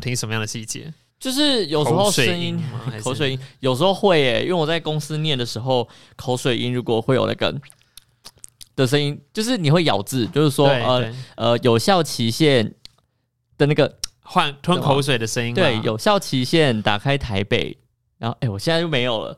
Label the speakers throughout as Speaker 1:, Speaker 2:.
Speaker 1: 听什么样的细节？
Speaker 2: 就是有时候
Speaker 1: 口水
Speaker 2: 声音
Speaker 1: 音 吗还是
Speaker 2: 口水音，有时候会诶、因为我在公司念的时候，口水音如果会有那个的声音，就是你会咬字，就是说
Speaker 1: 对
Speaker 2: 呃
Speaker 1: 对
Speaker 2: 呃有效期限的那个
Speaker 1: 换吞口水的声音吗，
Speaker 2: 对有效期限打开台北，然后哎、我现在就没有了，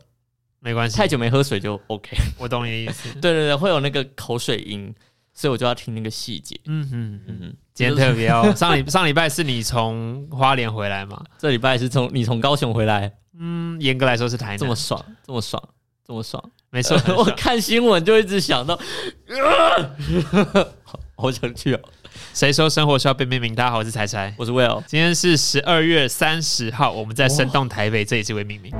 Speaker 1: 没关系，
Speaker 2: 太久没喝水就 OK。
Speaker 1: 我懂你的意思。
Speaker 2: 对对对，会有那个口水音，所以我就要听那个细节。
Speaker 1: 嗯嗯嗯，
Speaker 2: 嗯，
Speaker 1: 今天
Speaker 2: 这就是
Speaker 1: 特别哦，上礼 上礼拜是你从花莲回来嘛？
Speaker 2: 这礼拜是从你从高雄回来，
Speaker 1: 嗯，严格来说是台
Speaker 2: 这
Speaker 1: 南
Speaker 2: 么，爽，这么爽，这么爽。
Speaker 1: 没 错，
Speaker 2: 我看新闻就一直想到，好好想去哦。
Speaker 1: 谁说生活需要变命名？大家好，我是柴柴。
Speaker 2: 我是 Will，
Speaker 1: 今天是十二月三十号，我们在生动台北这一次为命名。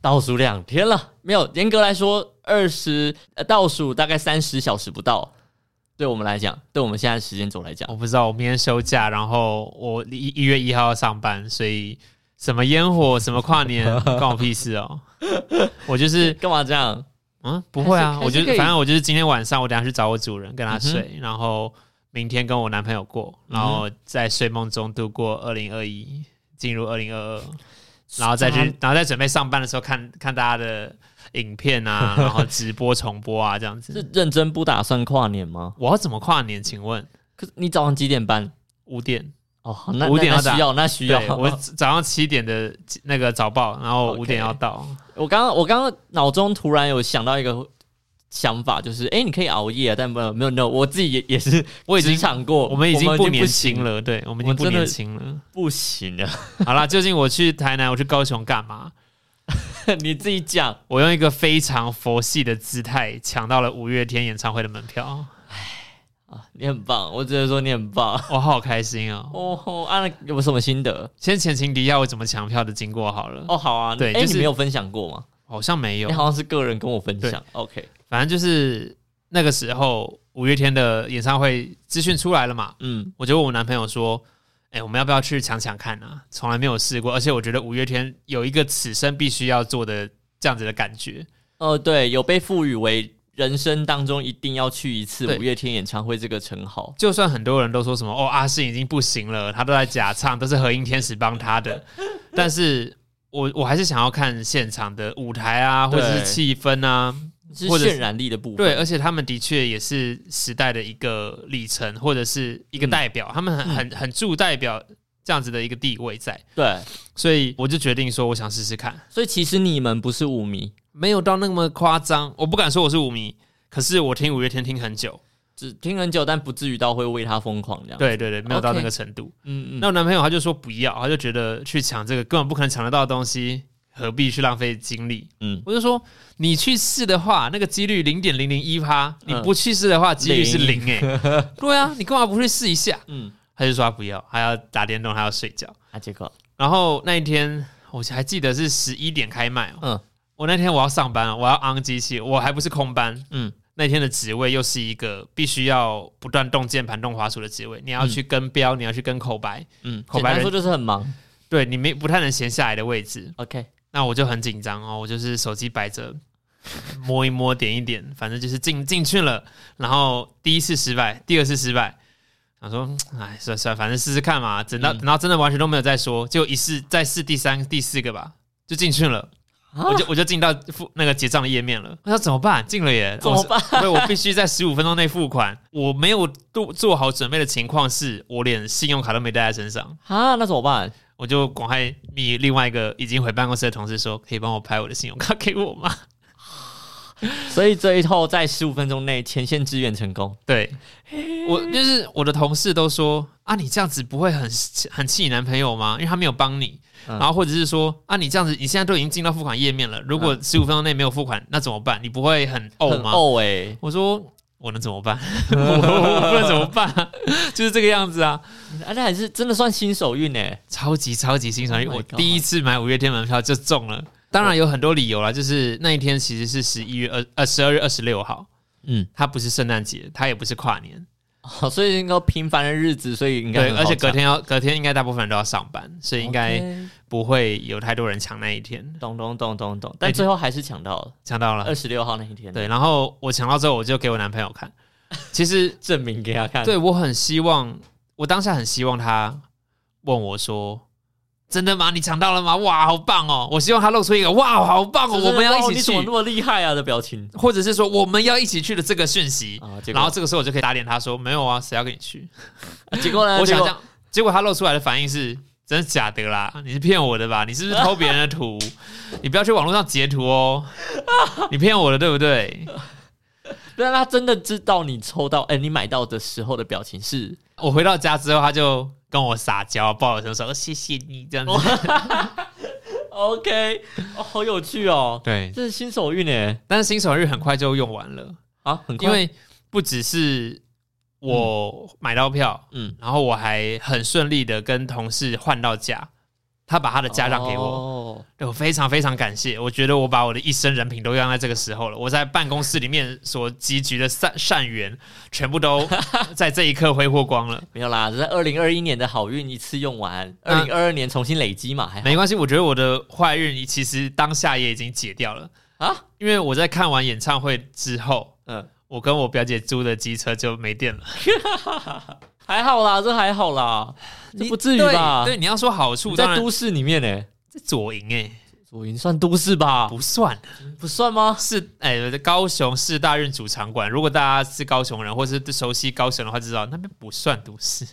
Speaker 2: 倒数两天了，没有严格来说二十、呃倒数大概三十小时不到。对我们来讲，对我们现在时间轴来讲，
Speaker 1: 我不知道，我明天休假，然后我一一月一号要上班，所以什么烟火、什么跨 年，关我屁事哦。我就是
Speaker 2: 干嘛这样？
Speaker 1: 嗯，不会啊
Speaker 2: 还，是
Speaker 1: 我就
Speaker 2: 还是可以嗯
Speaker 1: 反正我就是今天晚上，我等下去找我主人跟他睡，然后明天跟我男朋友过，然后在睡梦中度过二零二一，进入二零二二，然后再去，然后再准备上班的时候看看大家的影片 啊，然后直播重播啊，这样
Speaker 2: 是
Speaker 1: 子。
Speaker 2: 认真不打算跨年吗？
Speaker 1: 我要怎么跨年？请问
Speaker 2: 可是你早上几点班？
Speaker 1: 五点？
Speaker 2: 哦，好那
Speaker 1: 五点
Speaker 2: 那
Speaker 1: 要打
Speaker 2: 那需要，那
Speaker 1: 对，
Speaker 2: 需要。
Speaker 1: 我早上七点的那个早报，然后
Speaker 2: OK
Speaker 1: 五点要到。
Speaker 2: 我刚刚我刚刚脑中突然有想到一个想法，就是哎、诶你可以熬夜啊，但没有没有 no，我自己也也是
Speaker 1: 我已经
Speaker 2: 职场过，
Speaker 1: 我们已经不年
Speaker 2: 行
Speaker 1: 轻，了，对，我们已
Speaker 2: 我
Speaker 1: 经不
Speaker 2: 真的
Speaker 1: 年轻了。
Speaker 2: 不行啊了。
Speaker 1: 好啦，究竟我去台南，我去高雄干嘛？
Speaker 2: 你自己讲，
Speaker 1: 我用一个非常佛系的姿态抢到了五月天演唱会的门票，
Speaker 2: 啊你很棒，我只能说你很棒。
Speaker 1: 我好开心哦！
Speaker 2: 哦吼，啊，那有什么心得？
Speaker 1: 先前情提要我怎么抢票的经过好了，
Speaker 2: 哦，好啊，
Speaker 1: 对
Speaker 2: 哎、
Speaker 1: 就是
Speaker 2: 你没有分享过吗？
Speaker 1: 好像没有
Speaker 2: 你，好像是个人跟我分享，OK，
Speaker 1: 反正就是那个时候五月天的演唱会资讯出来了嘛，
Speaker 2: 嗯，
Speaker 1: 我就问我男朋友说：“哎、我们要不要去抢抢看啊？从来没有试过，而且我觉得五月天有一个此生必须要做的这样子的感觉，
Speaker 2: 哦、对，有被赋予为人生当中一定要去一次
Speaker 1: 对
Speaker 2: 五月天演唱会这个称号。
Speaker 1: 就算很多人都说什么哦，阿信已经不行了，他都在假唱，都是和音天使帮他 的，但是我我还是想要看现场的舞台啊，或
Speaker 2: 对
Speaker 1: 者是气氛啊，
Speaker 2: 是
Speaker 1: 或者是
Speaker 2: 渲染力的部分，
Speaker 1: 对，而且他们的确也是时代的一个里程，或者是一个代表，他们很很很注代表这样子的一个地位在，
Speaker 2: 对，
Speaker 1: 所以我就决定说，我想试试看，
Speaker 2: 所以其实你们不是舞迷，
Speaker 1: 没有到那么夸张，我不敢说我是舞迷，可是我听五月天听很久，
Speaker 2: 只听很久，但不至于到会为他疯狂这样。，
Speaker 1: 对对对，没有到那
Speaker 2: OK
Speaker 1: 个程度。
Speaker 2: 嗯嗯，
Speaker 1: 那我男朋友他就说不要，他就觉得去抢这个根本不可能抢得到的东西，何必去浪费精力？
Speaker 2: 嗯，
Speaker 1: 我就说你去试的话，那个几率零点零零一趴；
Speaker 2: 嗯
Speaker 1: 你不去试的话，几率是零哎、 对啊，你干嘛不去试一下？
Speaker 2: 嗯，
Speaker 1: 他就说他不要，还要打电动，还要睡觉。
Speaker 2: 啊，结果
Speaker 1: 然后那一天我还记得是十一点开卖哦、
Speaker 2: 嗯
Speaker 1: 我那天我要上班哦，我要 on 机器，我还不是空班，
Speaker 2: 嗯
Speaker 1: 那天的职位又是一个必须要不断动键盘、动滑鼠的职位，你要去跟标，你要去跟口白，
Speaker 2: 嗯，
Speaker 1: 口
Speaker 2: 简
Speaker 1: 白
Speaker 2: 单
Speaker 1: 人
Speaker 2: 说就是很忙。
Speaker 1: 对你没不太能闲下来的位置，
Speaker 2: OK，
Speaker 1: 那我就很紧张哦，我就是手机摆着，摸一摸，点一点，反正就是进进去了。然后第一次失败，第二次失败，想说，嗯哎，算算，反正试试看嘛。等到、
Speaker 2: 嗯
Speaker 1: 等到真的完全都没有再说，就一试再试第三、第四个吧，就进去了。
Speaker 2: 哦
Speaker 1: 我就我就进到付那个结账的页面了，我想怎么办？进了耶，
Speaker 2: 怎么办？
Speaker 1: 我是？对，我必须在十五分钟内付款。我没有做做好准备的情况是，我连信用卡都没带在身上。
Speaker 2: 啊，那怎么办？
Speaker 1: 我就赶快密另外一个已经回办公室的同事说，可以帮我拍我的信用卡给我吗？
Speaker 2: 所以这一套在十五分钟内前线支援成功。
Speaker 1: 对，我就是我的同事都说啊，你这样子不会很很气你男朋友吗？因为他没有帮你，
Speaker 2: 嗯
Speaker 1: 然后或者是说啊，你这样子你现在都已经进到付款页面了，如果十五分钟内没有付款，那怎么办？你不会很怄
Speaker 2: 很
Speaker 1: 吗？
Speaker 2: 哦哎、
Speaker 1: 我说。我能怎么办？ 我我不能怎么办、啊 就是这个样子啊，
Speaker 2: 啊，那还是真的算新手运哎、
Speaker 1: 超级超级欣赏，因为
Speaker 2: Oh my
Speaker 1: 我
Speaker 2: God
Speaker 1: 第一次买五月天门票就中了。当然有很多理由啦，就是那一天其实是十一月二呃十二月二十六号，
Speaker 2: 嗯，
Speaker 1: 它不是圣诞节，它也不是跨年，
Speaker 2: 哦，所以应该平凡的日子，所以应该
Speaker 1: 对，
Speaker 2: 很好
Speaker 1: 而且隔
Speaker 2: 抢
Speaker 1: 天要隔天应该大部分人都要上班，所以应该
Speaker 2: OK
Speaker 1: 不会有太多人抢那一天。
Speaker 2: 懂懂懂懂懂，但最后还是抢到了
Speaker 1: 抢到了
Speaker 2: 二，十六号那一天，
Speaker 1: 哎啊对，，然后我抢到之后，我就给我男朋友 看。其实
Speaker 2: 证明给他看，
Speaker 1: 对我很希望，我当下很希望他问我说：“真的吗？你抢到了吗？哇，好棒哦！”我希望他露出一个“哇，好棒
Speaker 2: 就
Speaker 1: 哦，
Speaker 2: 是，
Speaker 1: 我们要
Speaker 2: 哇
Speaker 1: 一
Speaker 2: 你
Speaker 1: 起
Speaker 2: 怎么那
Speaker 1: 去
Speaker 2: 么厉害啊的 表情”，
Speaker 1: 或者是说“我们要一起去”的这个讯息。
Speaker 2: 啊，结
Speaker 1: 然后
Speaker 2: 果
Speaker 1: 这个时候我就可以打脸他说：“没有啊，谁要跟你去
Speaker 2: 结果？”呢？
Speaker 1: 我想
Speaker 2: 结
Speaker 1: 这
Speaker 2: 果
Speaker 1: 样，结果他露出来的反应是。真的假的啦？你是骗我的吧？你是不是偷别人的 图？你不要去网络上截图哦！你骗我的，对不对？
Speaker 2: 但他啊真的知道你抽到，哎、你买到的时候的表情是，
Speaker 1: 我回到家之后，他就跟我撒娇，抱我身说：“哦谢谢你这样子。
Speaker 2: 哦 OK，、哦、好有趣哦，
Speaker 1: 对，
Speaker 2: 这是新手运哎，
Speaker 1: 但是新手日很快就用完了，
Speaker 2: 啊，很快，
Speaker 1: 因为不只是我买到票，
Speaker 2: 嗯，
Speaker 1: 然后我还很顺利的跟同事换到假，他把他的假让给我，
Speaker 2: 哦、
Speaker 1: 对我非常非常感谢。我觉得我把我的一生人品都用在这个时候了，我在办公室里面所积聚的善善缘，全部都在这一刻挥霍光 了。
Speaker 2: 没有啦，这是二零二一年的好运一次用完，二
Speaker 1: 嗯
Speaker 2: 零二二年重新累积嘛，还好
Speaker 1: 没关系，我觉得我的坏运其实当下也已经解掉了，
Speaker 2: 啊，
Speaker 1: 因为我在看完演唱会之后，
Speaker 2: 嗯，
Speaker 1: 我跟我表姐租的机车就没电了。
Speaker 2: 还好啦，这还好啦，这
Speaker 1: 你
Speaker 2: 不至于吧？
Speaker 1: 对，对你要说好处，
Speaker 2: 你
Speaker 1: 当
Speaker 2: 在
Speaker 1: 然
Speaker 2: 都市里面呢，
Speaker 1: 在左营哎、
Speaker 2: 左营算都市吧？
Speaker 1: 不算
Speaker 2: 不算吗？
Speaker 1: 是哎、高雄市大运主场馆。如果大家是高雄人，或是熟悉高雄的话，知道那边不算都市。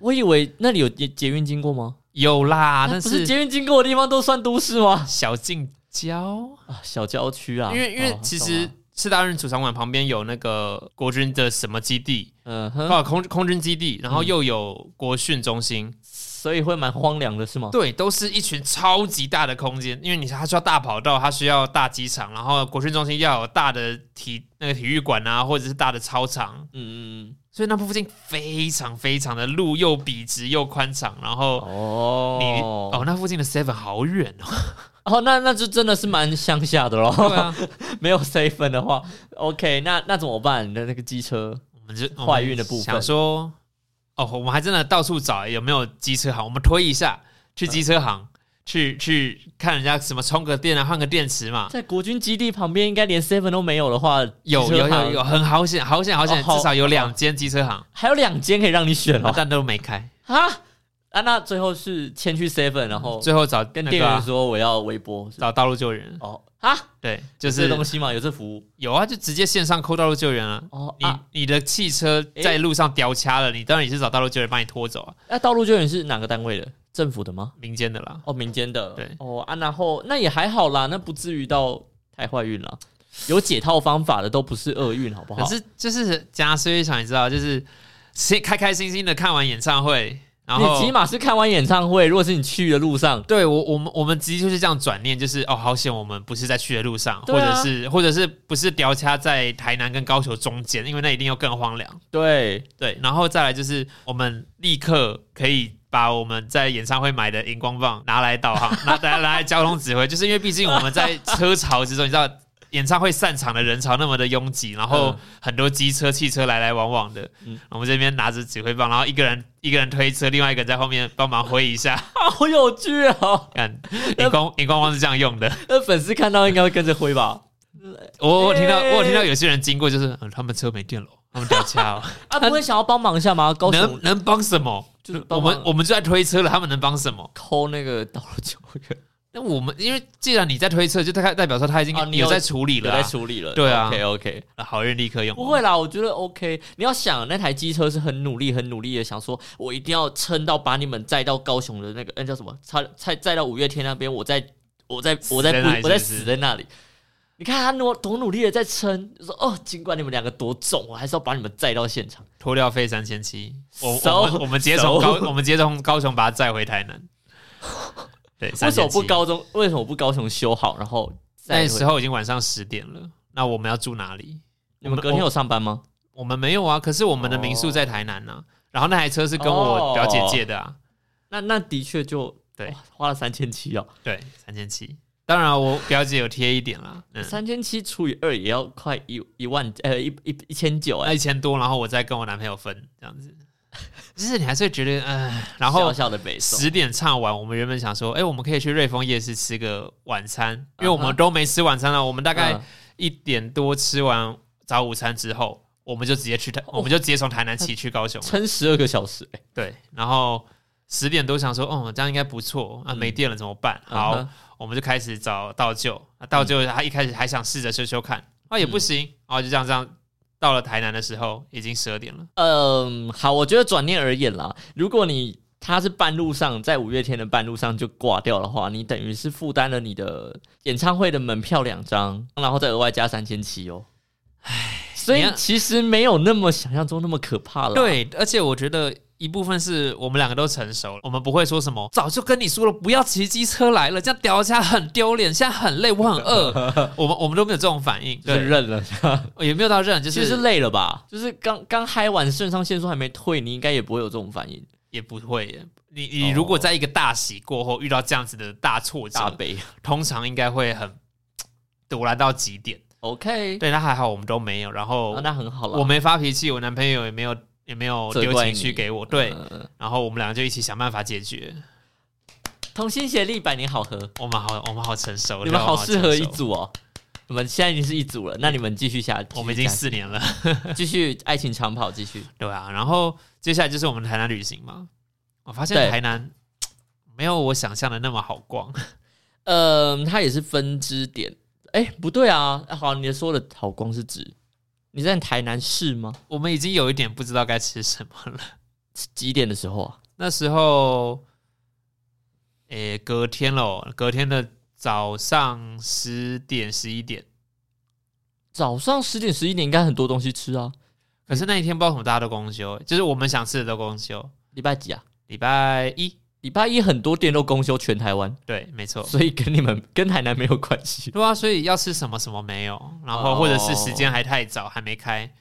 Speaker 2: 我以为那里有捷捷运经过吗？
Speaker 1: 有啦，
Speaker 2: 那
Speaker 1: 啊但
Speaker 2: 不是捷运经过的地方都算都市吗？
Speaker 1: 小近郊，
Speaker 2: 啊，小郊区啊，
Speaker 1: 因为因为
Speaker 2: 哦
Speaker 1: 其
Speaker 2: 懂
Speaker 1: 实
Speaker 2: 了
Speaker 1: 市大运主场馆旁边有那个国军的什么基地，
Speaker 2: 嗯哼，
Speaker 1: 哦，空空军基地，然后又有国训中心，
Speaker 2: 所以会蛮荒凉的是吗？
Speaker 1: 对，都是一群超级大的空间，因为你它需要大跑道，它需要大机场，然后国训中心要有大的体那个体育馆啊，或者是大的操场，
Speaker 2: 嗯嗯
Speaker 1: 所以那附近非常非常的路又笔直又宽敞，然
Speaker 2: 嗯，
Speaker 1: 后你
Speaker 2: 哦
Speaker 1: 哦，那附近的 Seven 好远哦，
Speaker 2: 哦，那那就真的是蛮乡下的咯。
Speaker 1: 对啊，
Speaker 2: 没有 C 分的话，OK，那那怎么办？你的那个机车
Speaker 1: 我们就
Speaker 2: 坏运的部分
Speaker 1: 我们想说哦，我们还真的到处找有没有机车行，我们推一下
Speaker 2: 嗯
Speaker 1: 去机车行。去去看人家什么充个电啊，换个电池嘛，
Speaker 2: 在国军基地旁边，应该连 Seven 都没有的话，
Speaker 1: 有
Speaker 2: 机车
Speaker 1: 有
Speaker 2: 行
Speaker 1: 有有，很好险，好险，好险，
Speaker 2: 哦好
Speaker 1: 至少有两间机车行，
Speaker 2: 还有两间可以让你选 哦。
Speaker 1: 但都没开。
Speaker 2: 啊啊，那最后是先去 Seven，然后
Speaker 1: 最后找
Speaker 2: 哦跟
Speaker 1: 那
Speaker 2: 店
Speaker 1: 个啊
Speaker 2: 员说我要微波。是吧
Speaker 1: 找道路救援，
Speaker 2: 哦啊，
Speaker 1: 对，就
Speaker 2: 这
Speaker 1: 是
Speaker 2: 东西嘛，有这服务
Speaker 1: 有啊，就直接线上扣道路救援啊。
Speaker 2: 哦
Speaker 1: 你
Speaker 2: 啊。
Speaker 1: 你的汽车在路上掉掐了，你当然也是找道路救援把你拖走啊，
Speaker 2: 那道路救援是哪个单位的？政府的吗？
Speaker 1: 民间的啦。
Speaker 2: 哦，民间的。
Speaker 1: 对
Speaker 2: 哦啊，然后那也还好啦，那不至于到太坏运了。有解套方法的都不是厄运，好不好？
Speaker 1: 可是就是加虽一场，你知道，就是先开开心心的看完演唱会，然后
Speaker 2: 你起码是看完演唱会，如果是你去的路上，
Speaker 1: 对我，我们我们直接就是这样转念，就是哦，好险，我们不是在去的路上，
Speaker 2: 对
Speaker 1: 或
Speaker 2: 啊
Speaker 1: 者是或者是不是雕掐在台南跟高雄中间，因为那一定又更荒凉。
Speaker 2: 对，
Speaker 1: 对，然后再来就是我们立刻可以把我们在演唱会买的荧光棒拿来导航，拿拿拿来交通指挥，就是因为毕竟我们在车潮之中，你知道。演唱会散场的人潮那么的拥挤，然后
Speaker 2: 嗯
Speaker 1: 很多机车、汽车来来往往的，
Speaker 2: 嗯
Speaker 1: 我们这边拿着指挥棒，然后一个人一个人推车，另外一个人在后面帮忙挥一下，
Speaker 2: 好有趣哦！
Speaker 1: 看荧光荧光棒是这样用的。
Speaker 2: 那粉丝看到应该会跟着挥吧？
Speaker 1: 我我听到
Speaker 2: 耶
Speaker 1: 我有听到有些人经过，就是、嗯、他们车没电了，他们掉掐了，
Speaker 2: 啊，不会想要帮忙一下吗？高
Speaker 1: 能
Speaker 2: 雄
Speaker 1: 能帮什么？
Speaker 2: 就是帮
Speaker 1: 我
Speaker 2: 忙
Speaker 1: 们我们就在推车了，他们能帮什么？
Speaker 2: 抠那个道路救援，
Speaker 1: 那我们因为既然你在推车，就代代表说他已经
Speaker 2: 啊你有
Speaker 1: 哦有在处理
Speaker 2: 有
Speaker 1: 了、
Speaker 2: 在
Speaker 1: 啊，
Speaker 2: 处理了。
Speaker 1: 对啊
Speaker 2: ，OK OK，
Speaker 1: 好运立刻用。
Speaker 2: 不会啦，我觉得 OK。你要想，那台机车是很努力、很努力的，想说我一定要撑到把你们载到高雄的那个，那叫什么？差载载到五月天那边，我再我再我
Speaker 1: 死
Speaker 2: 再
Speaker 1: 在那里
Speaker 2: 不我再
Speaker 1: 是不是
Speaker 2: 死在那里。你看他多多努力的在撑，就说哦，尽管你们两个多重，我还是要把你们载到现场。
Speaker 1: 脱掉费三千七，我我
Speaker 2: So-
Speaker 1: 们我们直接从高
Speaker 2: so-
Speaker 1: 我们直接从高雄把它载回台 南。对，
Speaker 2: 为什么
Speaker 1: 3700
Speaker 2: 不？高中？为什么不高雄修好，然后再
Speaker 1: 那
Speaker 2: 回
Speaker 1: 时候已经晚上十点了，那我们要住哪里？
Speaker 2: 你们隔天有上班吗？
Speaker 1: 我们没有啊，可是我们的民宿在台南呢、然后那台车是跟我表姐借的啊，
Speaker 2: 那那的确就
Speaker 1: 对
Speaker 2: 哇花了三千七哦。
Speaker 1: 对，三千七。当然我表姐有贴一点啦，嗯，
Speaker 2: 三千七除以二也要快一一万，呃，一一一千九
Speaker 1: 那
Speaker 2: 哎
Speaker 1: 一，千多，然后我再跟我男朋友分这样子，就是你还是会觉得，哎，然后
Speaker 2: 小小的北宋，
Speaker 1: 十点唱完，我们原本想说，哎、我们可以去瑞丰夜市吃个晚餐，因为我
Speaker 2: 嗯
Speaker 1: 们
Speaker 2: 哼
Speaker 1: 都没吃晚餐了。我们大概
Speaker 2: 嗯
Speaker 1: 一点多吃完早午餐之后，我们就直接去
Speaker 2: 哦
Speaker 1: 台，我们就直接从台南骑去高雄 了。
Speaker 2: 撑十二个小时，哎
Speaker 1: 对，然后十点多想说，哦，这样应该不错啊，没电了怎么办？好，
Speaker 2: 嗯哼嗯
Speaker 1: 我们就开始找道旧，啊、道旧他一开始还想试着修修看，啊也不行，然后就这样这样。到了台南的时候，已经十二点了。
Speaker 2: 嗯，好，我觉得转念而言啦，如果你他是半路上在五月天的半路上就挂掉的话，你等于是负担了你的演唱会的门票两张，然后再额外加三千七哦。唉，所
Speaker 1: 你
Speaker 2: 以
Speaker 1: 要
Speaker 2: 其实没有那么想象中那么可怕了。，
Speaker 1: 对，而且我觉得一部分是我们两个都成熟了，我们不会说什么早就跟你说了不要骑机车来了，这样屌下很丢脸，现在很累，我很 饿，我们我们都没有这种反应，
Speaker 2: 就是
Speaker 1: 对，
Speaker 2: 认了。
Speaker 1: 也没有到认，就
Speaker 2: 其实
Speaker 1: 是
Speaker 2: 累了吧？就是刚刚嗨完，肾上腺素还没退，你应该也不会有这种反应。
Speaker 1: 也不会耶。你你
Speaker 2: 哦
Speaker 1: 如果在一个大喜过后遇到这样子的大挫
Speaker 2: 大
Speaker 1: 折，
Speaker 2: 悲
Speaker 1: 通常应该会很堵来到极点。
Speaker 2: ，OK，
Speaker 1: 对，那还好我们都没有，然
Speaker 2: 啊
Speaker 1: 后
Speaker 2: 那很好了。
Speaker 1: 我没发脾气，我男朋友也没有也没有
Speaker 2: 责
Speaker 1: 丢
Speaker 2: 怪
Speaker 1: 情绪
Speaker 2: 你
Speaker 1: 给我，对，
Speaker 2: 嗯嗯嗯
Speaker 1: 然后我们两个就一起想办法解决。
Speaker 2: 同心协力，百年好合。
Speaker 1: 我们好，我们好成熟，
Speaker 2: 你
Speaker 1: 对
Speaker 2: 们
Speaker 1: 我啊
Speaker 2: 好适合
Speaker 1: 成
Speaker 2: 一
Speaker 1: 熟
Speaker 2: 组哦。你们现在已经是一组了，那你们继续下，
Speaker 1: 我们已经
Speaker 2: 继续
Speaker 1: 四年了，
Speaker 2: 下继续爱情长跑，继续。
Speaker 1: 对啊。然后接下来就是我们台南旅行嘛，我发现
Speaker 2: 对
Speaker 1: 台南没有我想象的那么好逛。
Speaker 2: 嗯，它也是分支点。哎，不对啊，啊好，你说的好光是指你在台南市吗？
Speaker 1: 我们已经有一点不知道该吃什么了。
Speaker 2: 几点的时候啊？
Speaker 1: 那时候，诶，隔天喽，隔天的早上十点十一点。
Speaker 2: 早上十点十一点应该很多东西吃啊。
Speaker 1: 可是那一天不知道为什么大家都公休，就是我们想吃的都公休。
Speaker 2: 礼拜几啊？
Speaker 1: 礼拜一，
Speaker 2: 礼拜一很多店都公休全台湾，
Speaker 1: 对，没错。
Speaker 2: 所以跟你们跟台南没有关系。
Speaker 1: 对啊，所以要吃什么什么没有，然
Speaker 2: 哦
Speaker 1: 后或者是时间还太早还没开。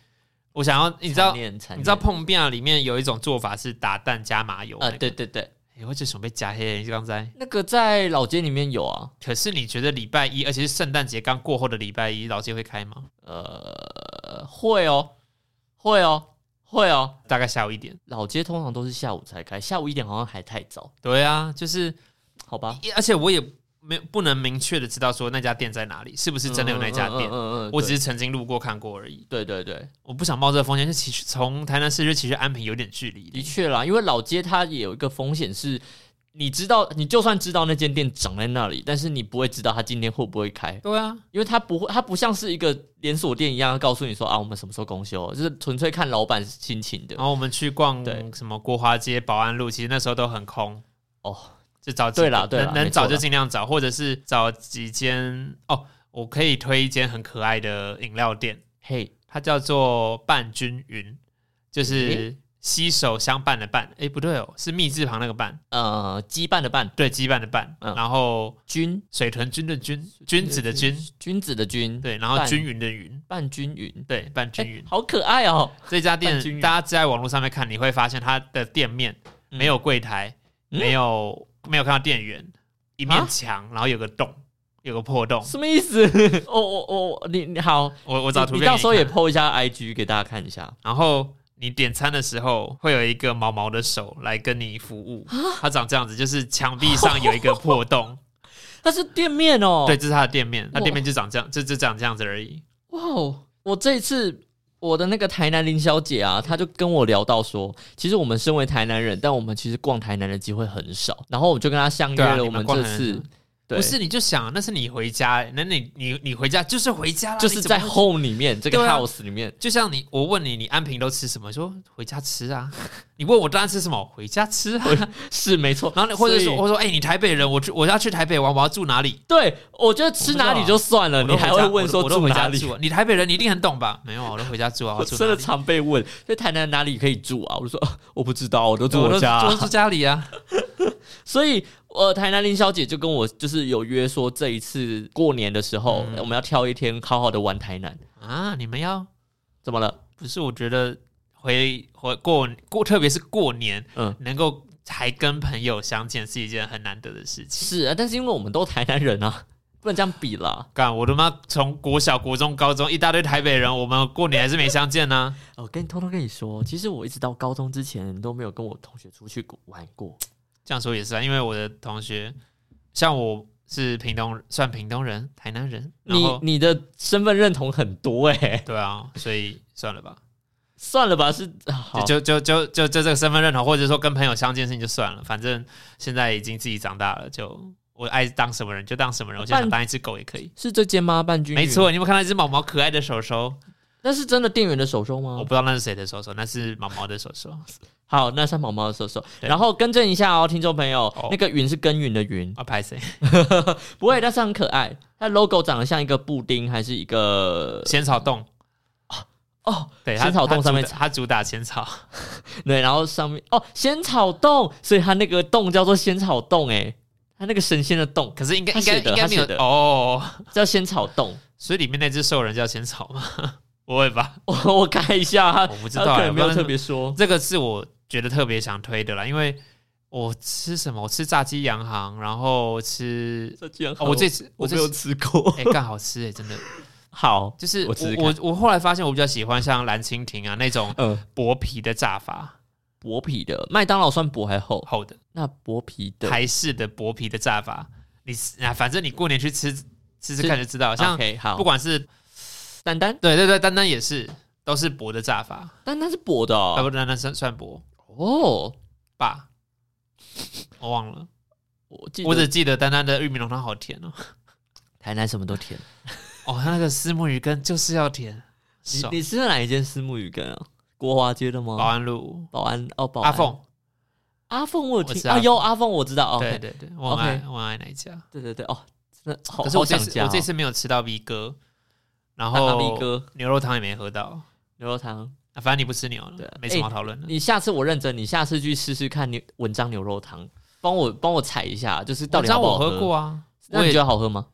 Speaker 1: 我想要，你知道
Speaker 2: 残，念残
Speaker 1: 你知道
Speaker 2: 念
Speaker 1: 碰面啊里面有一种做法是打蛋加麻油
Speaker 2: 啊、
Speaker 1: 那个
Speaker 2: 对对对，
Speaker 1: 哎我就准备加黑刚才。
Speaker 2: 那个在老街里面有啊。
Speaker 1: 可是你觉得礼拜一，而且是圣诞节刚过后的礼拜一，老街会开吗？
Speaker 2: 呃，会哦，会哦，会哦。
Speaker 1: 大概下午一点。
Speaker 2: 老街通常都是下午才开，下午一点好像还太早，
Speaker 1: 对啊，就是，
Speaker 2: 好 吧？
Speaker 1: 而且我也没有不能明确的知道说那家店在哪里，是不是真的有那家店
Speaker 2: 嗯嗯。嗯嗯嗯
Speaker 1: 我只是曾经路过看过而已，
Speaker 2: 对对对对，
Speaker 1: 我不想冒这个风险。就其实从台南市区其实安平有点距离
Speaker 2: 的确啦，因为老街它也有一个风险是，你知道，你就算知道那间店长在那里，但是你不会知道它今天会不会开，
Speaker 1: 对啊，
Speaker 2: 因为它不会，它不像是一个连锁店一样告诉你说啊，我们什么时候公休，就是纯粹看老板心情的。
Speaker 1: 然后我们去逛
Speaker 2: 对
Speaker 1: 什么国华街、保安路，其实那时候都很空
Speaker 2: 哦。
Speaker 1: 就找
Speaker 2: 对啦
Speaker 1: 了，
Speaker 2: 对啦
Speaker 1: 能
Speaker 2: 没
Speaker 1: 能
Speaker 2: 错
Speaker 1: 找
Speaker 2: 啦
Speaker 1: 就尽量找，或者是找几间哦。我可以推一间很可爱的饮料店，
Speaker 2: 嘿，
Speaker 1: 它叫做伴均云，就是携手相伴的伴。诶，不对哦，是密字旁那个伴，
Speaker 2: 呃，羁绊的绊，
Speaker 1: 对，羁绊的伴。
Speaker 2: 嗯
Speaker 1: 然后
Speaker 2: 君
Speaker 1: 水豚君的君，君子的君，
Speaker 2: 君子的君，
Speaker 1: 对，然后
Speaker 2: 伴
Speaker 1: 均匀的匀，
Speaker 2: 半均匀，
Speaker 1: 对，伴均
Speaker 2: 哎
Speaker 1: 匀。
Speaker 2: 好可爱哦、
Speaker 1: 这家
Speaker 2: 伴均
Speaker 1: 店
Speaker 2: 匀
Speaker 1: 大家在网络上面看，你会发现它的店面
Speaker 2: 嗯
Speaker 1: 没有柜台，
Speaker 2: 嗯
Speaker 1: 没有没有看到店员，一面
Speaker 2: 啊
Speaker 1: 墙，然后有个洞，有个破洞。
Speaker 2: 什么意思？ 我我我，你你好，
Speaker 1: 我
Speaker 2: 我
Speaker 1: 我找图
Speaker 2: 你
Speaker 1: 片，
Speaker 2: 到时候也
Speaker 1: 看
Speaker 2: PO 一下 IG 给大家看一下。
Speaker 1: 然后你点餐的时候，会有一个毛毛的手来跟你服务。
Speaker 2: 啊
Speaker 1: 它长这样子，就是墙壁上有一个破 洞，
Speaker 2: 哦它是店面哦、
Speaker 1: 对，，这是它的店面，它
Speaker 2: 哇
Speaker 1: 店面就长这样，就就长这样子而已。
Speaker 2: 哇哦，我这一次。我的那个台南林小姐啊，她就跟我聊到说，其实我们身为台南人，但我们其实逛台南的机会很少。然后我就跟她相约
Speaker 1: 对啊
Speaker 2: 了，
Speaker 1: 你
Speaker 2: 我
Speaker 1: 们
Speaker 2: 们
Speaker 1: 逛
Speaker 2: 这
Speaker 1: 台南
Speaker 2: 次对
Speaker 1: 不是，你就想那是你回家，那你你你回家就是回家啦，
Speaker 2: 就
Speaker 1: 你
Speaker 2: 是
Speaker 1: 怎么
Speaker 2: 在
Speaker 1: 会
Speaker 2: home 里面这个
Speaker 1: 对啊
Speaker 2: house 里面，
Speaker 1: 就像你，我问你，你安平都吃什么？说回家吃啊。 你问我当然吃什么？回家吃啊。
Speaker 2: 是没错。
Speaker 1: 然后你或者
Speaker 2: 所
Speaker 1: 说，
Speaker 2: 以
Speaker 1: 我说，哎、你台北人，我去我要去台北玩，我要住哪里？
Speaker 2: 对，我觉得吃哪里就算了，
Speaker 1: 我都
Speaker 2: 呃你
Speaker 1: 回
Speaker 2: 还
Speaker 1: 家
Speaker 2: 会问说
Speaker 1: 我都我
Speaker 2: 住
Speaker 1: 都回
Speaker 2: 哪
Speaker 1: 家
Speaker 2: 里？
Speaker 1: 住啊你台北人，你一定很懂吧？没有啊，我都回家住啊，
Speaker 2: 我
Speaker 1: 住
Speaker 2: 真
Speaker 1: 哪
Speaker 2: 的
Speaker 1: 里？
Speaker 2: 常被问，在台南哪里可以住啊？我就说 呃我不知道，我都
Speaker 1: 对
Speaker 2: 住
Speaker 1: 我
Speaker 2: 我
Speaker 1: 都
Speaker 2: 家啊、
Speaker 1: 我都住家里啊。
Speaker 2: 所以，呃，台南林小姐就跟我就是有约说，这一次过年的时候，我们要挑一天好好的玩台南。
Speaker 1: 啊，你们要
Speaker 2: 怎么了？
Speaker 1: 不是？我觉得回回过过，特别是过年，
Speaker 2: 嗯
Speaker 1: 能够还跟朋友相见是一件很难得的事情。
Speaker 2: 是啊，但是因为我们都台南人啊，不能这样比啦。
Speaker 1: 干，我他妈从国小、国中、高中一大堆台北人，我们过年还是没相见啊呢、
Speaker 2: 我哦跟你偷偷跟你说，其实我一直到高中之前都没有跟我同学出去玩过。
Speaker 1: 这样说也是啊，因为我的同学，像我是屏东，算屏东人、台南人，然
Speaker 2: 你
Speaker 1: 后
Speaker 2: 你的身份认同很多哎、
Speaker 1: 对啊，所以算了吧，
Speaker 2: 算了吧，是啊好
Speaker 1: 就就就就就就这个身份认同，或者说跟朋友相见的事情就算了，反正现在已经自己长大了，就我爱当什么人就当什么人，我现在想当一只狗也可以。
Speaker 2: 是这间吗？半君
Speaker 1: 没，错，你有没有看到一只毛毛可爱的手手？
Speaker 2: 那是真的店员的手手吗？
Speaker 1: 我不知道那是谁的手手，那是毛毛的手手。
Speaker 2: 好，那是毛毛的手手。
Speaker 1: 对
Speaker 2: 然后更正一下哦，听众朋友，
Speaker 1: 哦
Speaker 2: 那个云是耕耘的云，
Speaker 1: 啊，拍谁？
Speaker 2: 呃不哎会，但是很可爱。它 logo 长得像一个布丁，还是一个
Speaker 1: 仙草冻，
Speaker 2: 哦
Speaker 1: 对，
Speaker 2: 仙草冻上面
Speaker 1: 它主打仙草，
Speaker 2: 对，然后上面哦仙草冻，所以它那个冻叫做仙草冻，哎，它那个神仙的冻
Speaker 1: 可是应该
Speaker 2: 它
Speaker 1: 应该
Speaker 2: 写的
Speaker 1: 应该
Speaker 2: 它
Speaker 1: 没有
Speaker 2: 写的
Speaker 1: 哦，
Speaker 2: 叫仙草冻。
Speaker 1: 所以里面那只兽人叫仙草吗？ 不会吧？
Speaker 2: 我哦我哎看一下，它
Speaker 1: 我不知
Speaker 2: 它
Speaker 1: 道
Speaker 2: 啊呃可
Speaker 1: 欸，
Speaker 2: 能没有
Speaker 1: 我不知道
Speaker 2: 特别说。
Speaker 1: 这个是我觉得特别想推的啦，因为我吃什么？我吃炸鸡洋行，然后吃
Speaker 2: 这居然
Speaker 1: 哦，我这次我
Speaker 2: 我没
Speaker 1: 这
Speaker 2: 有
Speaker 1: 次
Speaker 2: 吃过。
Speaker 1: 哎，干好吃哎，真的
Speaker 2: 好，
Speaker 1: 就是
Speaker 2: 我试试
Speaker 1: 我我我后来发现我比较喜欢像蓝蜻蜓啊那种
Speaker 2: 嗯，
Speaker 1: 薄皮的炸法，
Speaker 2: 薄皮的麦当劳算薄还厚？
Speaker 1: 厚的
Speaker 2: 那薄皮的
Speaker 1: 台式的薄皮的炸法，你啊反正你过年去吃吃吃
Speaker 2: 吃
Speaker 1: 看就知道，像
Speaker 2: OK 好，
Speaker 1: 不管是
Speaker 2: 丹丹
Speaker 1: 对对对，丹丹也是，都是薄的炸法，
Speaker 2: 丹丹是薄的
Speaker 1: 啊
Speaker 2: 哦
Speaker 1: 不，丹丹算算薄
Speaker 2: 哦
Speaker 1: 吧，我忘了，
Speaker 2: 我记
Speaker 1: 我
Speaker 2: 得
Speaker 1: 只记得丹丹的玉米浓汤好甜哦，
Speaker 2: 台南什么都甜。
Speaker 1: 哦，它那个丝木鱼羹就是要甜，
Speaker 2: 你
Speaker 1: 爽。
Speaker 2: 你吃了哪一间私木鱼羹啊？国华街的吗？
Speaker 1: 啊保安路
Speaker 2: 保安哦，保安
Speaker 1: 阿，凤，
Speaker 2: 阿凤我有
Speaker 1: 我
Speaker 2: 听
Speaker 1: 知道
Speaker 2: 啊，有阿凤我知道哦，
Speaker 1: 对对对，我很爱
Speaker 2: OK
Speaker 1: 我很爱那一家，
Speaker 2: 对对对哦，真的好
Speaker 1: 可是我
Speaker 2: 好
Speaker 1: 这
Speaker 2: 想
Speaker 1: 次
Speaker 2: 家哦。
Speaker 1: 我这次没有吃到 V 哥，然
Speaker 2: 大拿
Speaker 1: 后
Speaker 2: B 哥
Speaker 1: 牛肉汤也没喝到，
Speaker 2: 牛肉汤，
Speaker 1: 啊反正你不吃牛
Speaker 2: 对哎
Speaker 1: 了，没什么好讨论的。
Speaker 2: 你下次我认真，你下次去试试看牛文章牛肉汤，帮我帮我踩一下，就是到
Speaker 1: 我
Speaker 2: 底
Speaker 1: 知道
Speaker 2: 好不
Speaker 1: 我
Speaker 2: 好
Speaker 1: 喝过啊，
Speaker 2: 那
Speaker 1: 我
Speaker 2: 你
Speaker 1: 也
Speaker 2: 觉得好喝吗？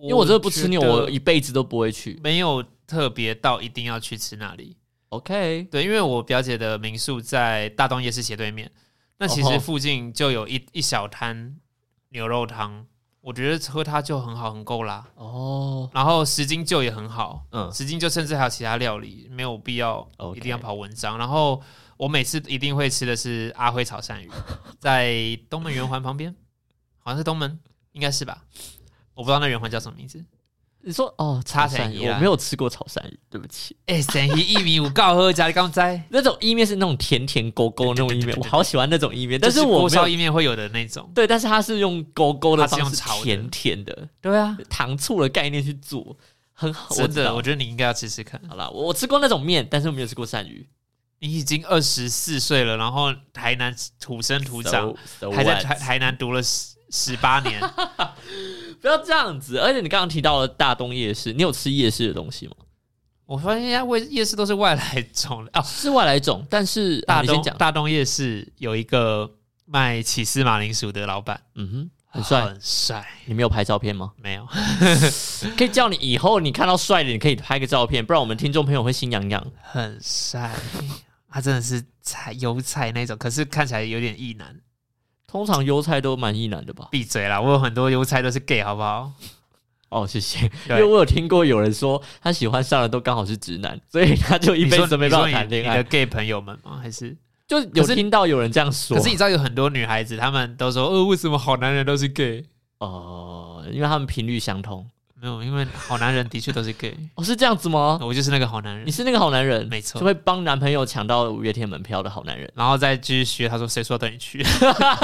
Speaker 2: 因为我真的不吃牛，
Speaker 1: 觉得
Speaker 2: 我一辈子都不会去。
Speaker 1: 没有特别到一定要去吃那里。
Speaker 2: OK，
Speaker 1: 对，因为我表姐的民宿在大东夜市斜对面，那其
Speaker 2: 哦吼
Speaker 1: 实附近就有一一小摊牛肉汤，我觉得喝它就很好，很够啦。
Speaker 2: 哦，
Speaker 1: 然后十斤就也很好，
Speaker 2: 嗯
Speaker 1: 十斤就甚至还有其他料理，没有必要
Speaker 2: OK
Speaker 1: 一定要跑文章。然后我每次一定会吃的是阿辉炒鳝鱼，在东门圆环旁边，好像是东门，应该是吧？我不知道那圆环叫什么名字。
Speaker 2: 你说哦，
Speaker 1: 叉
Speaker 2: 炒鳝
Speaker 1: 成一
Speaker 2: 鱼，
Speaker 1: 啦
Speaker 2: 我没有吃过炒鳝鱼，对不起。
Speaker 1: 哎、神鱼一米五告喝加刚在。
Speaker 2: 那种意面是那种甜甜勾勾的那种意面，我好喜欢那种意面，但
Speaker 1: 但
Speaker 2: 是
Speaker 1: 是
Speaker 2: 我
Speaker 1: 锅
Speaker 2: 没有
Speaker 1: 烧意面会有的那种。
Speaker 2: 对，但是它是用勾勾的
Speaker 1: 它是
Speaker 2: 方
Speaker 1: 用
Speaker 2: 式，
Speaker 1: 炒的
Speaker 2: 甜甜的
Speaker 1: 对啊，
Speaker 2: 糖醋的概念去做，很好。
Speaker 1: 真
Speaker 2: 知
Speaker 1: 的，
Speaker 2: 道
Speaker 1: 我觉得你应该要吃吃看。
Speaker 2: 好啦，我我吃过那种面，但是我没有吃过鳝鱼，
Speaker 1: 你已经二十四岁了，然后台南土生土长，
Speaker 2: So- so
Speaker 1: 还在
Speaker 2: what？
Speaker 1: 台台南读了十十八 年。
Speaker 2: 不要这样子。而且你刚刚提到了大东夜市，你有吃夜市的东西吗？
Speaker 1: 我发现人 家外夜市都是外来种的哦。
Speaker 2: 是外来种，但是啊
Speaker 1: 大
Speaker 2: 你先
Speaker 1: 东
Speaker 2: 讲，
Speaker 1: 大东夜市有一个卖起司马铃薯的老板，
Speaker 2: 嗯哼，很帅。
Speaker 1: 很帅。
Speaker 2: 你没有拍照片吗？
Speaker 1: 没有，
Speaker 2: 可以叫你以后你看到帅的，你可以拍个照片，不然我们听众朋友会心痒痒。
Speaker 1: 很帅。他真的是菜油菜那种，可是看起来有点异男。
Speaker 2: 通常优菜都蛮意男的吧？
Speaker 1: 闭嘴啦！我有很多油菜都是 gay，好不好？
Speaker 2: 哦，谢谢，因
Speaker 1: 对
Speaker 2: 为我有听过有人说他喜欢上的都刚好是直男，所以他就一
Speaker 1: 你
Speaker 2: 辈
Speaker 1: 说
Speaker 2: 子没
Speaker 1: 你
Speaker 2: 办
Speaker 1: 说
Speaker 2: 法
Speaker 1: 你
Speaker 2: 谈恋
Speaker 1: 你的
Speaker 2: 爱。
Speaker 1: gay 朋友们吗？还是？
Speaker 2: 就有听到有人这样说
Speaker 1: 可是，你知道有很多女孩子，她们都说，呃，为什么好男人都是 gay？
Speaker 2: 哦，因为他们频率相通。
Speaker 1: 没有，因为好男人的确都是 gay，
Speaker 2: 哦，是这样子吗？
Speaker 1: 我就是那个好男
Speaker 2: 你
Speaker 1: 人。
Speaker 2: 是那个好男人，
Speaker 1: 没错
Speaker 2: 就会帮男朋友抢到五月天门票的好男人。
Speaker 1: 然后再继续学，他说谁说要带你去？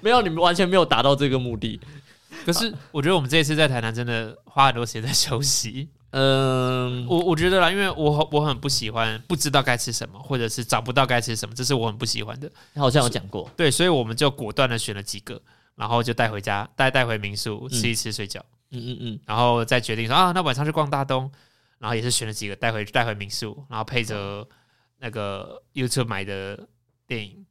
Speaker 2: 没有，你们完全没有达到这个目的。啊
Speaker 1: 可是我觉得我们这一次在台南真的花很多时间在休息。
Speaker 2: 嗯，
Speaker 1: 我我觉得啦，因为我我很不喜欢不知道该吃什么，或者是找不到该吃什么，这是我很不喜欢的。
Speaker 2: 好像有讲过。
Speaker 1: 对，所以我们就果断的选了几个，然后就带回家，带带回民宿吃一吃睡觉。
Speaker 2: 嗯嗯嗯，
Speaker 1: 然后再决定说啊，那晚上去逛大东，然后也是选了几个带回带回民宿，然后配着那个 YouTube 买的电影，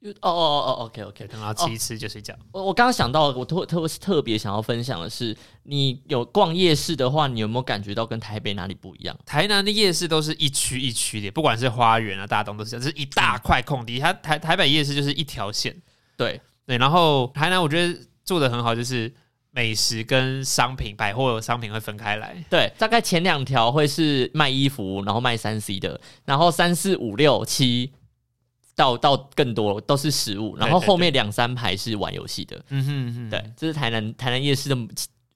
Speaker 2: 又哦哦哦哦，OK OK，
Speaker 1: 然后吃一吃就睡觉。
Speaker 2: 我我刚刚想到，我特特特别想要分享的是，你有逛夜市的话，你有没有感觉到跟台北哪里不一样？
Speaker 1: 台南的夜市都是一区一区的，不管是花园啊、大东都是这样，就是一大块空地。它台台北夜市就是一条线，
Speaker 2: 对，
Speaker 1: 对。然后台南我觉得做的很好，就是美食跟商品、百货商品会分开来。
Speaker 2: 对，大概前两条会是卖衣服，然后卖三 C 的，然后三四五六七到到更多都是食物，然后
Speaker 1: 对对
Speaker 2: 后面两三排是玩游戏的。
Speaker 1: 嗯哼哼，
Speaker 2: 对，这是台南台南夜市的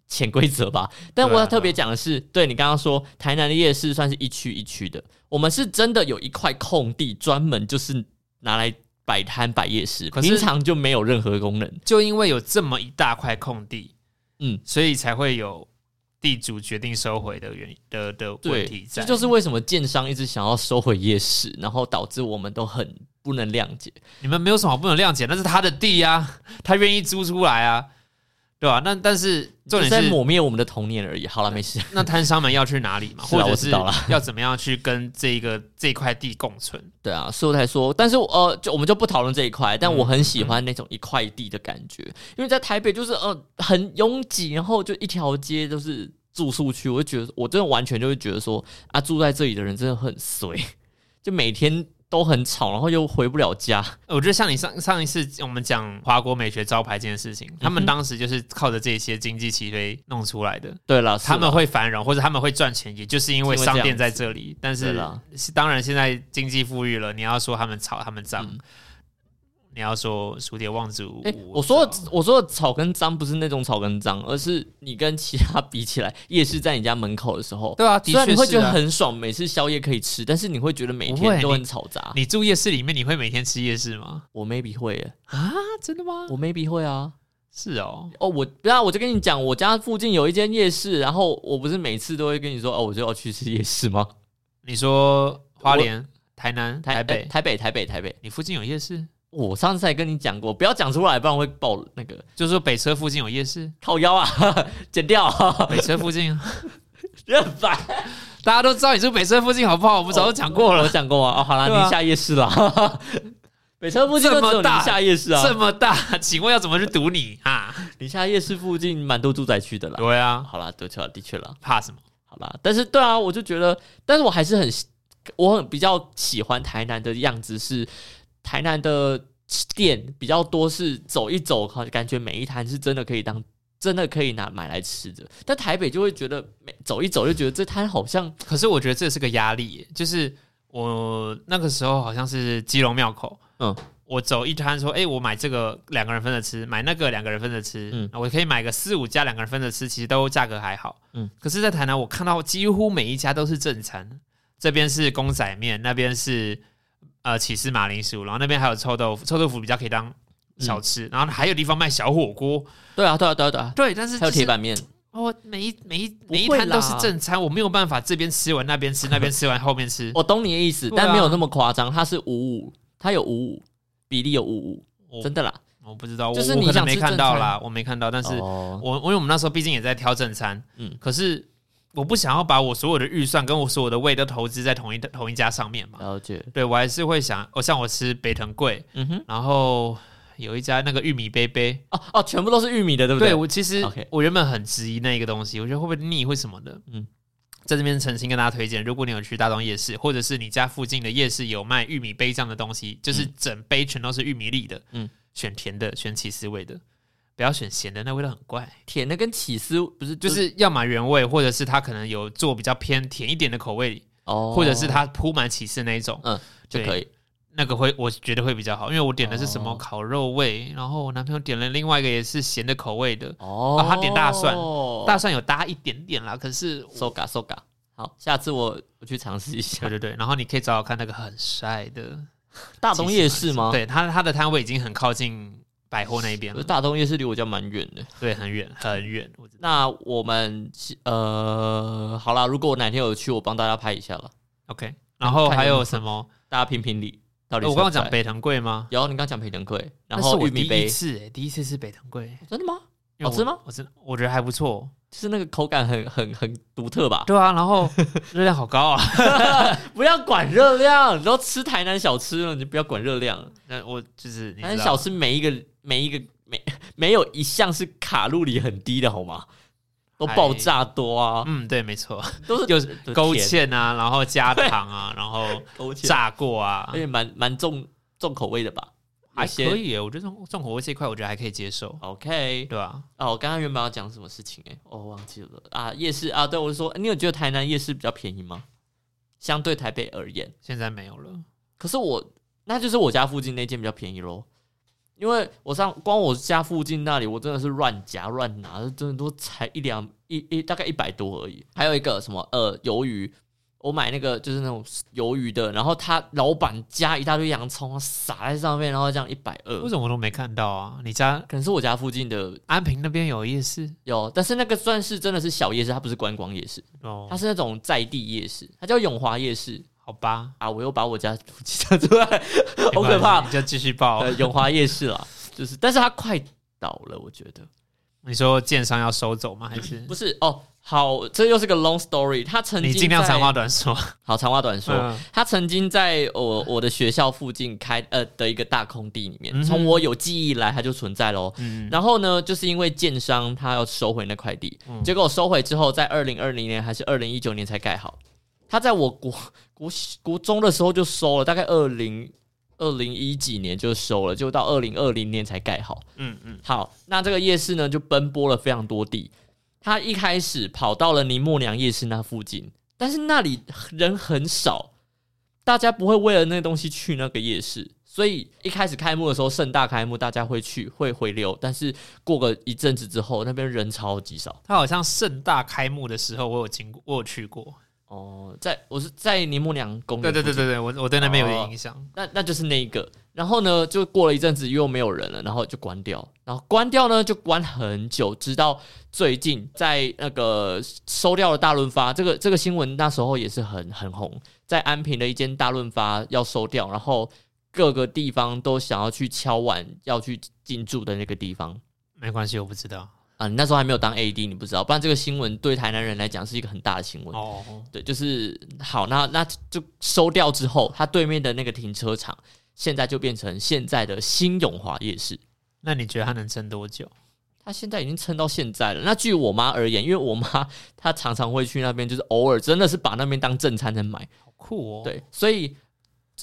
Speaker 2: 潜规则吧？
Speaker 1: 啊
Speaker 2: 但我要特别讲的是，对你刚刚说台南的夜市算是一区一区的，我们是真的有一块空地专门就是拿来摆摊摆夜市，
Speaker 1: 可是
Speaker 2: 平常就没有任何功能。
Speaker 1: 就因为有这么一大块空地，
Speaker 2: 嗯，
Speaker 1: 所以才会有地主决定收回的原因的的问题
Speaker 2: 对，
Speaker 1: 在。
Speaker 2: 这就是为什么建商一直想要收回夜市，然后导致我们都很不能谅解。
Speaker 1: 你们没有什么好不能谅解，那是他的地啊， 他愿意租出来啊，对吧、那但是重
Speaker 2: 就
Speaker 1: 点
Speaker 2: 是在
Speaker 1: 是，
Speaker 2: 抹灭我们的童年而已。好了，没事。
Speaker 1: 那摊商们要去哪里嘛，
Speaker 2: 是啊
Speaker 1: 或者
Speaker 2: 我
Speaker 1: 是
Speaker 2: 知道 啦
Speaker 1: 要怎么样去跟这个这块地共存？
Speaker 2: 对啊，所以我才说，但是我呃，就我们就不讨论这一块，但
Speaker 1: 嗯
Speaker 2: 我很喜欢那种一块地的感觉，因为在台北就是呃很拥挤，然后就一条街都是住宿区，我就觉得我真的完全就会觉得说啊，住在这里的人真的很衰， 就每天都很吵，然后又回不了家。
Speaker 1: 呃我觉得像你上上一次我们讲华国美学招牌这件事情，他
Speaker 2: 嗯
Speaker 1: 们当时就是靠着这些经济起飞弄出来的。
Speaker 2: 对了，
Speaker 1: 他
Speaker 2: 是啊
Speaker 1: 们
Speaker 2: 啦
Speaker 1: 会繁荣，或者他们会赚钱，也就是因为商店在这里。但
Speaker 2: 对
Speaker 1: 是
Speaker 2: 啦，
Speaker 1: 是当然现在经济富裕了，你要说他们吵他们脏，
Speaker 2: 嗯
Speaker 1: 你要说数典忘祖。
Speaker 2: 哎、
Speaker 1: 无
Speaker 2: 我说的
Speaker 1: 知道
Speaker 2: 我说的草根脏不是那种草根脏，而是你跟其他比起来，夜市在你家门口的时候。
Speaker 1: 对啊，的
Speaker 2: 虽然你
Speaker 1: 确
Speaker 2: 会觉
Speaker 1: 是、
Speaker 2: 得
Speaker 1: 啊。
Speaker 2: 很爽，每次宵夜可以吃，但是你会觉得每
Speaker 1: 不会
Speaker 2: 天都
Speaker 1: 你
Speaker 2: 很嘈杂。
Speaker 1: 你住夜市里面，你会每天吃夜市吗？
Speaker 2: 我 maybe 会耶，
Speaker 1: 啊，真的吗？
Speaker 2: 我 maybe 会啊。
Speaker 1: 是哦，
Speaker 2: 哦，我不要，我就跟你讲，我家附近有一间夜市，然后我不是每次都会跟你说，哦，我就要去吃夜市吗？
Speaker 1: 你说花莲、台南、台
Speaker 2: 呃
Speaker 1: 北，
Speaker 2: 台北，台北，台北。
Speaker 1: 你附近有夜市？
Speaker 2: 我上次才跟你讲过，不要讲出来，不然会爆那个
Speaker 1: 就是说北车附近有夜市，
Speaker 2: 靠腰啊， 剪掉、啊，
Speaker 1: 北车附近，
Speaker 2: 认白。
Speaker 1: 大家都知道你住北车附近好不好？我们早就讲过了
Speaker 2: 我，讲过啊。哦，好啦，
Speaker 1: 对啊
Speaker 2: 宁夏夜市啦。 北车附近都只有
Speaker 1: 这么大
Speaker 2: 宁夏夜市
Speaker 1: 这
Speaker 2: 啊，
Speaker 1: 么大，请问要怎么去堵你啊？
Speaker 2: 宁夏夜市附近蛮多住宅区的啦。
Speaker 1: 对啊，
Speaker 2: 好啦，对，确的确啦。
Speaker 1: 怕什么？
Speaker 2: 好啦，但是对啊，我就觉得，但是我还是很喜，我很比较喜欢台南的样子是，台南的店比较多，是走一走，好感觉每一摊是真的可以当。真的可以拿买来吃的，但台北就会觉得每走一走就觉得这摊好像
Speaker 1: 可是我觉得这是个压力耶，就是我那个时候好像是基隆庙口，
Speaker 2: 嗯，
Speaker 1: 我走一摊说，哎、我买这个两个人分着吃，买那个两个人分着吃，
Speaker 2: 嗯
Speaker 1: 嗯，我可以买个四五家两个人分着吃，其实都价格还好，
Speaker 2: 嗯
Speaker 1: 嗯。可是，在台南我看到几乎每一家都是正餐，这边是公仔面，那边是呃起司马铃薯，然后那边还有臭豆腐，臭豆腐比较可以当小
Speaker 2: 嗯
Speaker 1: 吃，然后还有地方卖小火锅，
Speaker 2: 对啊对啊对啊对啊，
Speaker 1: 对，但是
Speaker 2: 还有
Speaker 1: 就是
Speaker 2: 铁板面，
Speaker 1: 哦，每一每一
Speaker 2: 不
Speaker 1: 每一
Speaker 2: 会
Speaker 1: 摊都
Speaker 2: 啦
Speaker 1: 是正餐，我没有办法这边吃完那边吃，那边吃完后面吃。
Speaker 2: 我懂你的意思，
Speaker 1: 对啊
Speaker 2: 但没有那么夸张，它是五五，它有五五比例有五五，
Speaker 1: 我
Speaker 2: 真的啦，
Speaker 1: 我不知道，
Speaker 2: 就是
Speaker 1: 我我
Speaker 2: 你
Speaker 1: 可能
Speaker 2: 想
Speaker 1: 没
Speaker 2: 吃
Speaker 1: 看
Speaker 2: 正
Speaker 1: 到
Speaker 2: 餐
Speaker 1: 啦，我没看到。但是我、
Speaker 2: 哦，
Speaker 1: 我因为我们那时候毕竟也在挑正餐，
Speaker 2: 嗯
Speaker 1: 嗯，可是我不想要把我所有的预算跟我所有的胃都投资在同一同一家上面嘛。
Speaker 2: 了解，
Speaker 1: 对我还是会想，我、像我吃北藤贵，
Speaker 2: 嗯哼，
Speaker 1: 然后有一家那个玉米杯杯，
Speaker 2: 哦哦，全部都是玉米的，对不
Speaker 1: 对我其实
Speaker 2: OK
Speaker 1: 我原本很质疑那一个东西，我觉得会不会腻或什么的。
Speaker 2: 嗯
Speaker 1: 嗯，在这边诚心跟大家推荐，如果你有去大东夜市，或者是你家附近的夜市有卖玉米杯这样的东西，就是整杯全都是玉米粒的，
Speaker 2: 嗯
Speaker 1: 嗯，选甜的，选起司味的，不要选咸的，那味道很怪。
Speaker 2: 甜的跟起司不是
Speaker 1: 就是要买原味，或者是它可能有做比较偏甜一点的口味，
Speaker 2: 哦，嗯
Speaker 1: 或者是它铺满起司那一种，
Speaker 2: 就
Speaker 1: 对
Speaker 2: 可以。
Speaker 1: 那个会我觉得会比较好，因为我点的是什
Speaker 2: 哦
Speaker 1: 么烤肉味，然后我男朋友点了另外一个也是咸的口味的，
Speaker 2: 哦
Speaker 1: 他点大蒜，大蒜有搭一点点啦，可是我
Speaker 2: so ga so ga。好，下次我我去尝试一
Speaker 1: 对
Speaker 2: 下。
Speaker 1: 对对，然后你可以找找看那个很帅的
Speaker 2: 大东夜市吗？，
Speaker 1: 对他他的摊位已经很靠近百货那边了，
Speaker 2: 大东夜市离我家蛮远的。
Speaker 1: 对，很远很远，我知道。
Speaker 2: 那我们呃，好啦，如果我哪天有去，我帮大家拍一下了，
Speaker 1: OK，然后
Speaker 2: 看有
Speaker 1: 还
Speaker 2: 没有
Speaker 1: 有什么？
Speaker 2: 大家评评理。到底
Speaker 1: 呃我刚刚讲
Speaker 2: 北，
Speaker 1: 北藤贵吗？
Speaker 2: 有你刚刚讲北藤贵，然
Speaker 1: 那是
Speaker 2: 后
Speaker 1: 我
Speaker 2: 玉米
Speaker 1: 第
Speaker 2: 杯哦
Speaker 1: 一，次哎、第一次吃北藤贵，
Speaker 2: 真的吗？
Speaker 1: 因为我
Speaker 2: 好吃吗？
Speaker 1: 我真我觉得还不错。
Speaker 2: 就是那个口感很很很独特吧？
Speaker 1: 对啊，然后热量好高啊。
Speaker 2: 不要管热量，你都吃台南小吃了，你就不要管热量了。
Speaker 1: 那我就是你
Speaker 2: 但
Speaker 1: 知
Speaker 2: 是小
Speaker 1: 道，
Speaker 2: 吃每一个每一个每 没有一项是卡路里很低的好吗？都爆炸多啊，
Speaker 1: 嗯，对，没 错，
Speaker 2: 都是
Speaker 1: 就
Speaker 2: 都
Speaker 1: 勾
Speaker 2: 甜
Speaker 1: 芡啊，然 后加糖啊，然后
Speaker 2: 勾芡，
Speaker 1: 炸过啊
Speaker 2: 哎而，且蛮蛮重重口味的吧？
Speaker 1: 还可
Speaker 2: 有些
Speaker 1: 以耶，欸我觉得重重口味这一块，我觉得还可以接受，
Speaker 2: OK
Speaker 1: 对吧？
Speaker 2: 啊，我刚刚原本要讲什么事情哎、哦，我忘记了啊，夜市啊，对我是说，你有觉得台南夜市比较便宜吗？相对台北而言，
Speaker 1: 现在没有了，
Speaker 2: 可是我那就是我家附近那间比较便宜喽，因为我上光我家附近那里，我真的是乱夹乱拿，真的都才一两一一大概一百多而已。还有一个什么呃鱿鱼，我买那个就是那种鱿鱼的，然后他老板加一大堆洋葱撒在上面，然后这样一百二
Speaker 1: 为，什么我都没看到啊？你家
Speaker 2: 可能是我家附近的
Speaker 1: 安平那边有夜市
Speaker 2: 有，但是那个算是真的是小夜市，它不是观光夜市，
Speaker 1: 哦
Speaker 2: 它？是那种在地夜市，它叫永华夜市
Speaker 1: 好吧，
Speaker 2: 啊！我又把我家附近讲 出来，好
Speaker 1: 没
Speaker 2: 可怕
Speaker 1: 关系，你就继续报
Speaker 2: 呃，。永华夜市啦，就是，但是它快倒了，我觉得
Speaker 1: 你说建商要收走吗？还是
Speaker 2: 不是哦。好，这又是个 long story。他曾经
Speaker 1: 你尽量
Speaker 2: 在
Speaker 1: 长话短说？
Speaker 2: 好，长话短说。
Speaker 1: 嗯
Speaker 2: 他曾经在我我的学校附近开呃的一个大空地里面，
Speaker 1: 嗯哼
Speaker 2: 从我有记忆以来，它就存在喽。
Speaker 1: 嗯，
Speaker 2: 然后呢，就是因为建商他要收回那块地，
Speaker 1: 嗯
Speaker 2: 结果收回之后，在二零二零年还是二零一九年才盖好。他在我国国国中的时候就收了，大概二零二零一几年就收了，就到二零二零年才盖好。
Speaker 1: 嗯嗯，
Speaker 2: 好，那这个夜市呢，就奔波了非常多地。他一开始跑到了林默娘夜市那附近，但是那里人很少，大家不会为了那个东西去那个夜市，所以一开始开幕的时候盛大开幕，大家会去会回流，但是过个一阵子之后，那边人超级少。
Speaker 1: 他好像盛大开幕的时候，我有经过，我有去过。
Speaker 2: 哦，在我是在林默娘公园，
Speaker 1: 对对对对，对，我我对那边有哦点影响。
Speaker 2: 那那就是那一个。然后呢，就过了一阵子又没有人了，然后就关掉。然后关掉呢，就关很久，直到最近在那个收掉了大润发这个这个新闻，那时候也是很很红，在安平的一间大润发要收掉，然后各个地方都想要去敲碗要去进驻的那个地方
Speaker 1: 没关系，我不知道。
Speaker 2: 啊。你那时候还没有当 AD，你不知道，不然这个新闻对台南人来讲是一个很大的新闻。
Speaker 1: 哦，
Speaker 2: 对，就是好，那那就收掉之后，它对面的那个停车场现在就变成现在的新永华夜市。
Speaker 1: 那你觉得他能撑多久？
Speaker 2: 它现在已经撑到现在了。那据我妈而言，因为我妈 她常常会去那边，就是偶尔真的是把那边当正餐在买。
Speaker 1: 好酷哦！，
Speaker 2: 对，所以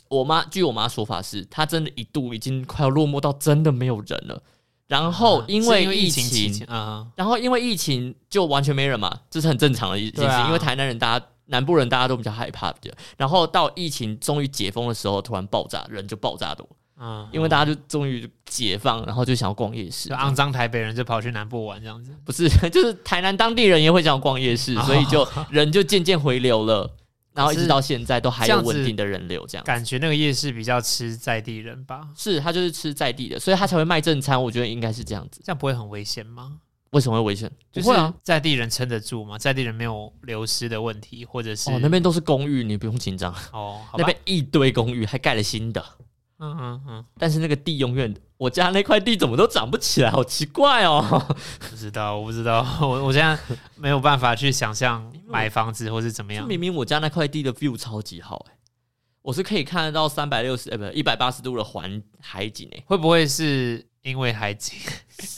Speaker 2: 我妈据我妈说法是，她真的一度已经快要落寞到真的没有人了。然
Speaker 1: 啊
Speaker 2: 后啊因为疫
Speaker 1: 疫
Speaker 2: 情，
Speaker 1: 期间啊，
Speaker 2: 然后因为疫情就完全没人嘛，这是很正常的一件
Speaker 1: 对
Speaker 2: 事。
Speaker 1: 啊
Speaker 2: 因为台南人大家南部人大家都比较害怕比较，然后到疫情终于解封的时候，突然爆炸，人就爆炸多，
Speaker 1: 嗯，
Speaker 2: 因为大家就终于解放，然后就想要逛夜市
Speaker 1: 就。肮脏台北人就跑去南部玩这样子。
Speaker 2: 不是，就是台南当地人也会想要逛 夜市，
Speaker 1: 哦
Speaker 2: 所以就人就渐渐回流了，然后一
Speaker 1: 可是
Speaker 2: 直到现在都还有
Speaker 1: 这样子
Speaker 2: 稳定的人流这样。
Speaker 1: 感觉那个夜市比较吃在地人吧，
Speaker 2: 是他就是吃在地的，所以他才会卖正餐。我觉得应该是这样子。
Speaker 1: 这样不会很危险吗？
Speaker 2: 为什么会危险？
Speaker 1: 就
Speaker 2: 不会啊
Speaker 1: 是，在地人撑得住吗？在地人没有流失的问题，或者是
Speaker 2: 哦，那边都是公寓，你不用紧张。
Speaker 1: 哦，好吧
Speaker 2: 那边一堆公寓，还盖了新的。
Speaker 1: 嗯嗯嗯，
Speaker 2: 但是那个地永远，我家那块地怎么都长不起来，好奇怪哦。
Speaker 1: 不知道，我不知道， 我我现在没有办法去想象买房子或是怎么样。
Speaker 2: 明明我家那块地的 view 超级好哎、我是可以看得到三百六十呃不一百八十度的环海景 哎、
Speaker 1: 会不会是因为海景？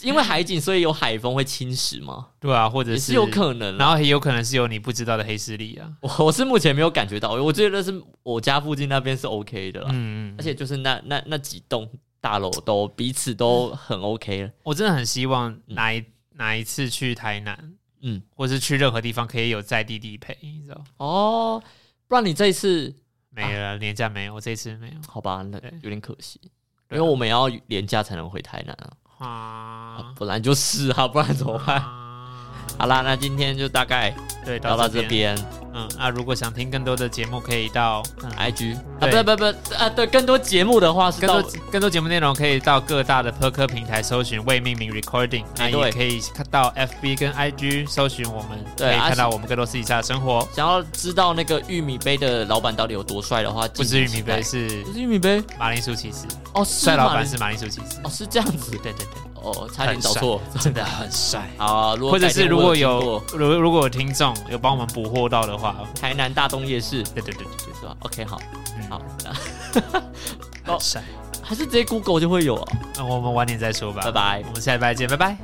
Speaker 2: 因为海景所以有海风会侵蚀吗？
Speaker 1: 对啊，或者
Speaker 2: 也
Speaker 1: 是
Speaker 2: 是有可能啦。
Speaker 1: 然后也有可能是有你不知道的黑势力啊。
Speaker 2: 我我是目前没有感觉到，我觉得是我家附近那边是 OK 的啦，
Speaker 1: 嗯，
Speaker 2: 啊而
Speaker 1: 嗯，
Speaker 2: 且就是那那那几栋大楼都彼此都很 OK 了。
Speaker 1: 我真的很希望哪一、哪一次去台南，
Speaker 2: 嗯，
Speaker 1: 或是去任何地方可以有在地地陪，你知道？
Speaker 2: 哦，不然你这一次
Speaker 1: 没了，年假没有，我这次没有
Speaker 2: 好吧，那
Speaker 1: 对
Speaker 2: 有点可惜，因
Speaker 1: 对
Speaker 2: 为
Speaker 1: 啊
Speaker 2: 我们要廉价才能回台南啊。
Speaker 1: 啊。
Speaker 2: 本来就是啊，不然怎么办？
Speaker 1: 啊
Speaker 2: 好啦，那今天就大概
Speaker 1: 对，
Speaker 2: 聊到这
Speaker 1: 边。
Speaker 2: 边。
Speaker 1: 嗯，那如果想听更多的节目，可以到、嗯
Speaker 2: IG 啊，
Speaker 1: 对
Speaker 2: 不不不啊，对，更多节目的话是
Speaker 1: 更
Speaker 2: 到
Speaker 1: 多更多节目内容可以到各大的播客平台搜寻未命名 recording，那
Speaker 2: 哎对
Speaker 1: 也可以看到 FB 跟 IG 搜寻我们，
Speaker 2: 对
Speaker 1: 可以
Speaker 2: 啊
Speaker 1: 看到
Speaker 2: 是
Speaker 1: 我们更多私底下的生活。
Speaker 2: 想要知道那个玉米杯的老板到底有多帅的话，
Speaker 1: 不是
Speaker 2: 敬
Speaker 1: 玉
Speaker 2: 请
Speaker 1: 米
Speaker 2: 期待
Speaker 1: 杯，，是
Speaker 2: 不是玉米杯
Speaker 1: 马铃薯骑士，
Speaker 2: 哦，是
Speaker 1: 帅老
Speaker 2: 吗
Speaker 1: 板是马铃薯骑士
Speaker 2: 哦，。是这样子
Speaker 1: 对对对，
Speaker 2: 哦，差点找错。
Speaker 1: 真的很帅。
Speaker 2: 好，如果
Speaker 1: 或者是
Speaker 2: 改天
Speaker 1: 如
Speaker 2: 我
Speaker 1: 果
Speaker 2: 经
Speaker 1: 有
Speaker 2: 过
Speaker 1: 如如果有听众有帮我们捕获到的话，
Speaker 2: 台南大东夜市，
Speaker 1: 对对对对，
Speaker 2: 是吧？OK，好，
Speaker 1: 嗯
Speaker 2: 好，，那
Speaker 1: 很帅。
Speaker 2: 还是直接 Google 就会有哦。
Speaker 1: 那我们晚点再说吧。
Speaker 2: 拜拜
Speaker 1: 我们下礼拜见，拜拜。